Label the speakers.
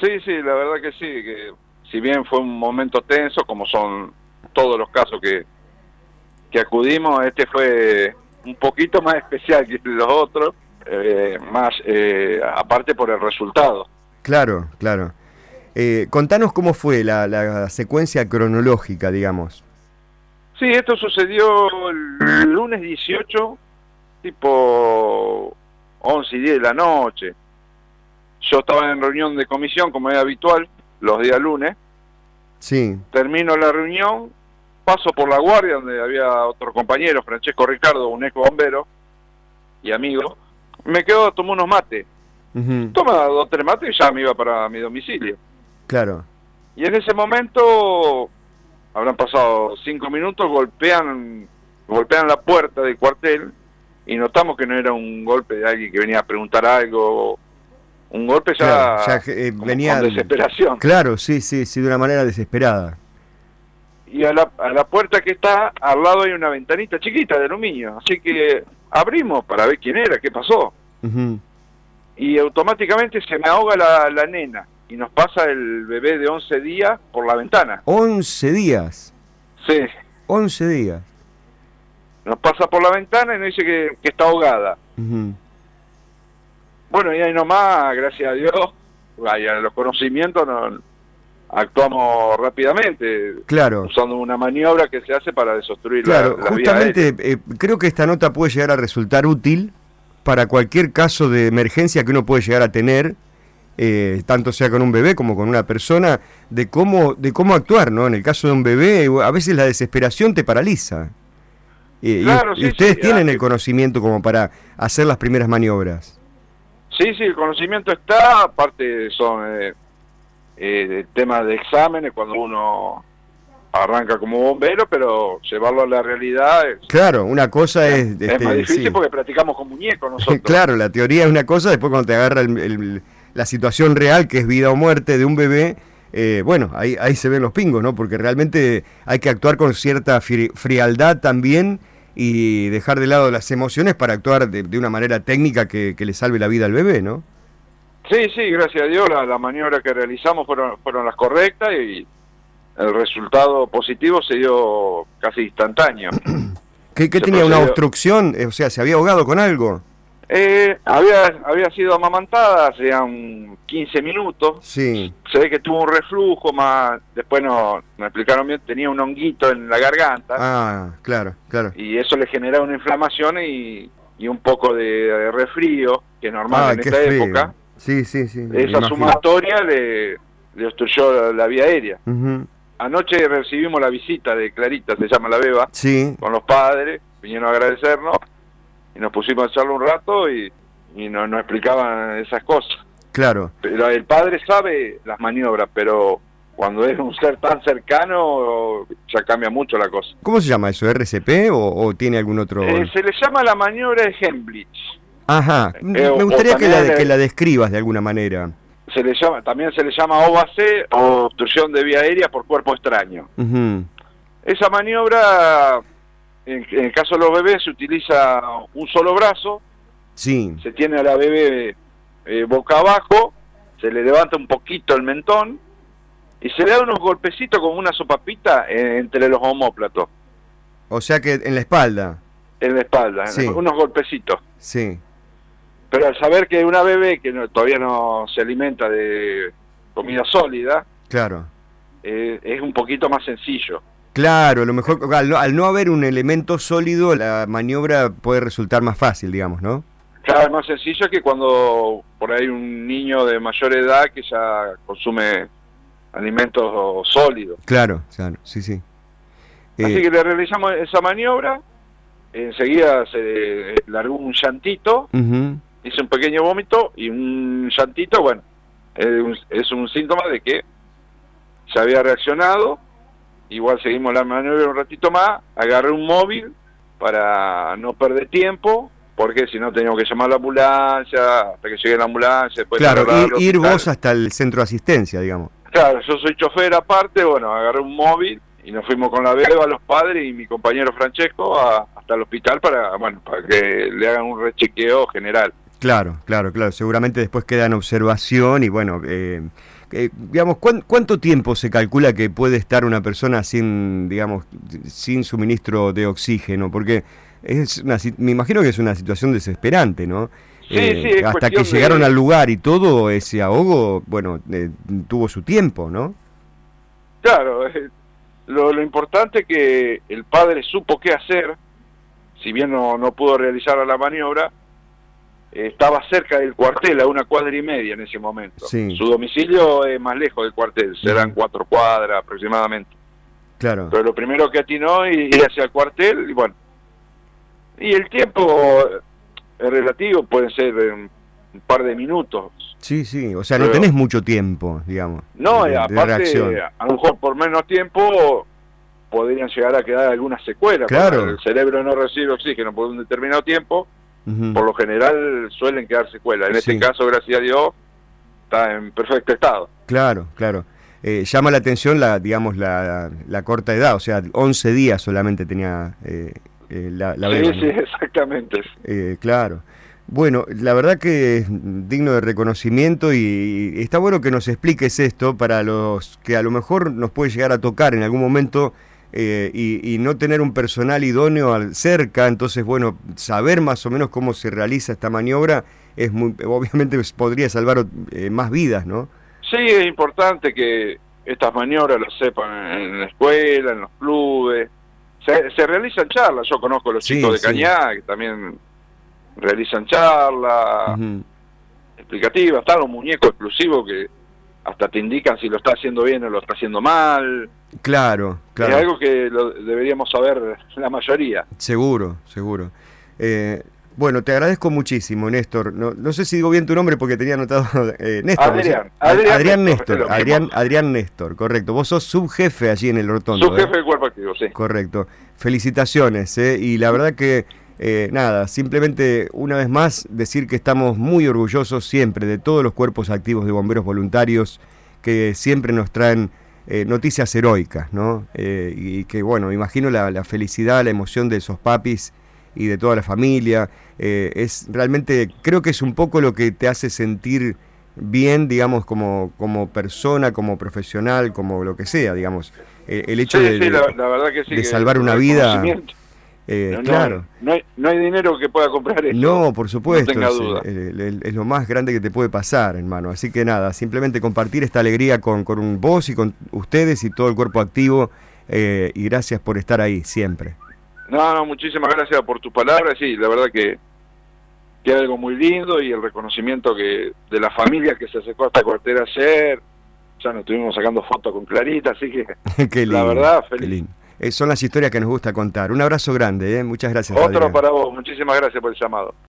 Speaker 1: Sí, sí, la verdad que sí, que si bien fue un momento tenso, como son todos los casos que, que acudimos, este fue un poquito más especial que los otros, eh, más eh, aparte por el resultado.
Speaker 2: Claro, claro. Eh, contanos cómo fue la, la secuencia cronológica, digamos.
Speaker 1: Sí, esto sucedió el lunes 18, tipo 11 y 10 de la noche. Yo estaba en reunión de comisión, como es habitual, los días lunes.
Speaker 2: Sí.
Speaker 1: Termino la reunión, paso por la guardia, donde había otro compañero, Francesco Ricardo, un ex bombero y amigo. Me quedo, tomé unos mates.
Speaker 2: Ujú,
Speaker 1: Toma dos, tres mates y ya me iba para mi domicilio.
Speaker 2: Claro.
Speaker 1: Y en ese momento, habrán pasado cinco minutos, golpean, golpean la puerta del cuartel y notamos que no era un golpe de alguien que venía a preguntar algo, un golpe ya,
Speaker 2: claro, ya, eh,
Speaker 1: como
Speaker 2: venían-
Speaker 1: con desesperación.
Speaker 2: Claro, sí, sí, sí, de una manera desesperada.
Speaker 1: Y a la, a la puerta que está, al lado hay una ventanita chiquita de aluminio, así que abrimos para ver quién era, qué pasó.
Speaker 2: Ujú,
Speaker 1: Y automáticamente se me ahoga la, la nena y nos pasa el bebé de 11 días por la ventana.
Speaker 2: 11 días.
Speaker 1: Sí.
Speaker 2: 11 días.
Speaker 1: Nos pasa por la ventana y nos dice que, que está ahogada.
Speaker 2: Ujú,
Speaker 1: Bueno, y ahí nomás, gracias a Dios, vaya, los conocimientos no- actuamos rápidamente,
Speaker 2: Claro.
Speaker 1: usando una maniobra que se hace para desobstruir la-
Speaker 2: Claro,
Speaker 1: la, vía aérea.
Speaker 2: justamente eh, creo que esta nota puede llegar a resultar útil para cualquier caso de emergencia que uno puede llegar a tener, eh, tanto sea con un bebé como con una persona, de cómo, de cómo actuar, ¿no? En el caso de un bebé, a veces la desesperación te paraliza. Eh, y-
Speaker 1: Claro,
Speaker 2: y,
Speaker 1: sí,
Speaker 2: ustedes
Speaker 1: sí,
Speaker 2: tienen
Speaker 1: ah,
Speaker 2: el
Speaker 1: sí.
Speaker 2: conocimiento como para hacer las primeras maniobras.
Speaker 1: Sí, sí, el conocimiento está, aparte son eh, eh, temas de exámenes, cuando uno arranca como bombero, pero llevarlo a la realidad es,
Speaker 2: Claro, una cosa
Speaker 1: es
Speaker 2: es... este,
Speaker 1: más difícil
Speaker 2: sí.
Speaker 1: porque practicamos con muñecos nosotros.
Speaker 2: claro, la teoría es una cosa, después cuando te agarra el- el- la situación real, que es vida o muerte de un bebé, eh, bueno, ahí, ahí se ven los pingos, ¿no? Porque realmente hay que actuar con cierta fri- frialdad también y dejar de lado las emociones para actuar de, de una manera técnica que, que le salve la vida al bebé, ¿no?
Speaker 1: Sí, sí, gracias a Dios la- las maniobras que realizamos fueron, fueron las correctas y el resultado positivo se dio casi instantáneo.
Speaker 2: ¿Qué, qué
Speaker 1: Se
Speaker 2: tenía? ¿Una
Speaker 1: procedió.
Speaker 2: obstrucción? Eh, O sea, ¿se había ahogado con algo?
Speaker 1: Eh, había, había sido amamantada hace ya un 15 minutos,
Speaker 2: Sí,
Speaker 1: se ve que tuvo un reflujo, más después no, me explicaron bien, tenía un honguito en la garganta
Speaker 2: ah, claro, claro.
Speaker 1: y eso le generaba una inflamación y, y un poco de, de resfrío, que es normal
Speaker 2: Ah,
Speaker 1: en esta
Speaker 2: feo.
Speaker 1: época.
Speaker 2: Sí, sí, sí. me
Speaker 1: Esa
Speaker 2: imagino.
Speaker 1: sumatoria le, le obstruyó la- la vía aérea.
Speaker 2: Ujú,
Speaker 1: Anoche recibimos la visita de Clarita, se llama la Beba,
Speaker 2: Sí,
Speaker 1: con los padres, vinieron a agradecernos y nos pusimos a charlar un rato y, y no- nos, explicaban esas cosas.
Speaker 2: claro.
Speaker 1: Pero el padre sabe las maniobras, pero cuando es un ser tan cercano ya cambia mucho la cosa.
Speaker 2: ¿Cómo se llama eso? ¿RCP o, o tiene algún otro...?
Speaker 1: Eh, se le llama la maniobra de Hemblitz.
Speaker 2: Ajá,
Speaker 1: eh, o-
Speaker 2: me
Speaker 1: o
Speaker 2: gustaría que
Speaker 1: también
Speaker 2: la,
Speaker 1: el-
Speaker 2: que la describas de alguna manera.
Speaker 1: Se le llama, también se le llama OVAC o obstrucción de vía aérea por cuerpo extraño.
Speaker 2: Ujú,
Speaker 1: Esa maniobra, en, en el caso de los bebés, se utiliza un solo brazo,
Speaker 2: Sí,
Speaker 1: se tiene a la bebé eh, boca abajo, se le levanta un poquito el mentón y se le da unos golpecitos como una sopapita eh, entre los homóplatos,
Speaker 2: o sea que en la espalda,
Speaker 1: en la espalda,
Speaker 2: Sí.
Speaker 1: unos golpecitos.
Speaker 2: sí,
Speaker 1: Pero al saber que una bebé que no- todavía no se alimenta de comida sólida,
Speaker 2: claro.
Speaker 1: eh, es un poquito más sencillo.
Speaker 2: Claro, a lo mejor al no, al no haber un elemento sólido, la maniobra puede resultar más fácil, digamos, ¿no?
Speaker 1: Claro, es más sencillo que cuando por ahí un niño de mayor edad que ya consume alimentos sólidos.
Speaker 2: Claro, claro, sí, sí. Eh,
Speaker 1: Así que le realizamos esa maniobra, enseguida se eh, largó un llantito,
Speaker 2: ujú,
Speaker 1: hizo un pequeño vómito y un llantito, bueno, es un, es un síntoma de que se había reaccionado, igual seguimos la maniobra un ratito más, agarré un móvil para no perder tiempo, porque si no teníamos que llamar a la ambulancia, hasta que llegue la ambulancia, después
Speaker 2: Claro,
Speaker 1: trasladarlo
Speaker 2: ir,
Speaker 1: al
Speaker 2: ir
Speaker 1: hospital.
Speaker 2: vos hasta el centro de asistencia, digamos.
Speaker 1: Claro, yo soy chofer aparte, bueno, agarré un móvil y nos fuimos con la beba, los padres y mi compañero Francesco a- hasta el hospital para, bueno, para que le hagan un rechequeo general.
Speaker 2: Claro, claro, claro. Seguramente después queda en observación y bueno, eh, eh, digamos, ¿cuán- ¿cuánto tiempo se calcula que puede estar una persona sin, digamos, sin suministro de oxígeno? Porque es una, si- me imagino que es una situación desesperante, ¿no? Eh,
Speaker 1: Sí, sí, es
Speaker 2: hasta que
Speaker 1: cuestión de-
Speaker 2: llegaron al lugar y todo ese ahogo, bueno, eh, tuvo su tiempo, ¿no?
Speaker 1: Claro, eh, lo, lo importante es que el padre supo qué hacer, si bien no, no pudo realizar la maniobra, eh, estaba cerca del cuartel, a una cuadra y media en ese momento.
Speaker 2: Sí.
Speaker 1: Su domicilio es más lejos del cuartel, serán
Speaker 2: Ujú.
Speaker 1: cuatro cuadras aproximadamente.
Speaker 2: Claro.
Speaker 1: Pero lo primero que atinó es ir hacia el cuartel y bueno. Y el tiempo eh, es relativo, pueden ser eh, un par de minutos,
Speaker 2: Sí, sí. O sea, no
Speaker 1: Pero-
Speaker 2: tenés mucho tiempo, digamos.
Speaker 1: No,
Speaker 2: de- de reacción.
Speaker 1: aparte, a lo mejor por menos tiempo podrían llegar a quedar algunas secuelas.
Speaker 2: Claro.
Speaker 1: Cuando El cerebro no recibe oxígeno por un determinado tiempo,
Speaker 2: Ujú.
Speaker 1: por lo general suelen quedar secuelas. En
Speaker 2: Mm. Sí.
Speaker 1: este caso, gracias a Dios, está en perfecto estado.
Speaker 2: Claro, claro. Eh, llama la atención la, digamos, la, la corta edad, o sea, 11 días solamente tenía eh, eh, la, la
Speaker 1: sí,
Speaker 2: beba,
Speaker 1: sí,
Speaker 2: ¿no?
Speaker 1: exactamente.
Speaker 2: Eh, claro. Bueno, la verdad que es digno de reconocimiento y, y está bueno que nos expliques esto para los que a lo mejor nos puede llegar a tocar en algún momento eh, y, y no tener un personal idóneo al- cerca, entonces bueno, saber más o menos cómo se realiza esta maniobra es muy, obviamente podría salvar eh, más vidas, ¿no?
Speaker 1: Sí, es importante que estas maniobras las sepan en la escuela, en los clubes. Se, se realizan charlas. Yo conozco a los
Speaker 2: Sí,
Speaker 1: chicos de
Speaker 2: sí.
Speaker 1: Cañá que también realizan charlas.
Speaker 2: Ujú.
Speaker 1: explicativa, están los muñecos exclusivos que hasta te indican si lo está haciendo bien o lo está haciendo mal.
Speaker 2: Claro, claro.
Speaker 1: Es algo que lo deberíamos saber la mayoría.
Speaker 2: Seguro, seguro. Eh, bueno, te agradezco muchísimo, Néstor. No, no sé si digo bien tu nombre porque tenía anotado eh, Néstor. ¿no es
Speaker 1: Adrián,
Speaker 2: cierto? Ad-
Speaker 1: Adrián
Speaker 2: Adrián
Speaker 1: Néstor,
Speaker 2: Néstor.
Speaker 1: es lo
Speaker 2: Adrián,
Speaker 1: mismo.
Speaker 2: Adrián Néstor, correcto. Vos sos subjefe allí en el Rotondo.
Speaker 1: Su jefe
Speaker 2: ¿eh?
Speaker 1: de cuerpo activo, sí.
Speaker 2: Correcto. Felicitaciones. ¿eh? Y la verdad que, eh, nada, simplemente una vez más decir que estamos muy orgullosos siempre de todos los cuerpos activos de bomberos voluntarios que siempre nos traen eh, noticias heroicas, ¿no? Eh, y que, bueno, imagino la, la felicidad, la emoción de esos papis y de toda la familia. Eh, es realmente, creo que es un poco lo que te hace sentir bien, digamos, como, como persona, como profesional, como lo que sea, digamos. Eh, el hecho
Speaker 1: Sí,
Speaker 2: de,
Speaker 1: sí,
Speaker 2: de-
Speaker 1: la, la verdad que sí.
Speaker 2: de
Speaker 1: que
Speaker 2: salvar una
Speaker 1: el
Speaker 2: vida,
Speaker 1: conocimiento.
Speaker 2: eh,
Speaker 1: No, no,
Speaker 2: claro.
Speaker 1: No hay, no hay dinero que pueda comprar eso.
Speaker 2: No, por supuesto.
Speaker 1: tenga
Speaker 2: es,
Speaker 1: duda.
Speaker 2: el- el- el- es lo más grande que te puede pasar, hermano. Así que nada, simplemente compartir esta alegría con, con un vos y con ustedes y todo el cuerpo activo. eh, y gracias por estar ahí siempre.
Speaker 1: No, no, muchísimas gracias por tus palabras. Sí, la verdad que que algo muy lindo y el reconocimiento que de la familia que se acercó a esta cuartera ayer. Ya nos estuvimos sacando fotos con Clarita, así que
Speaker 2: qué lindo.
Speaker 1: La verdad,
Speaker 2: qué
Speaker 1: feliz.
Speaker 2: lindo. Eh, son las historias que nos gusta contar. Un abrazo grande, eh. muchas gracias.
Speaker 1: otro
Speaker 2: Adrián.
Speaker 1: para vos. Muchísimas gracias por el llamado.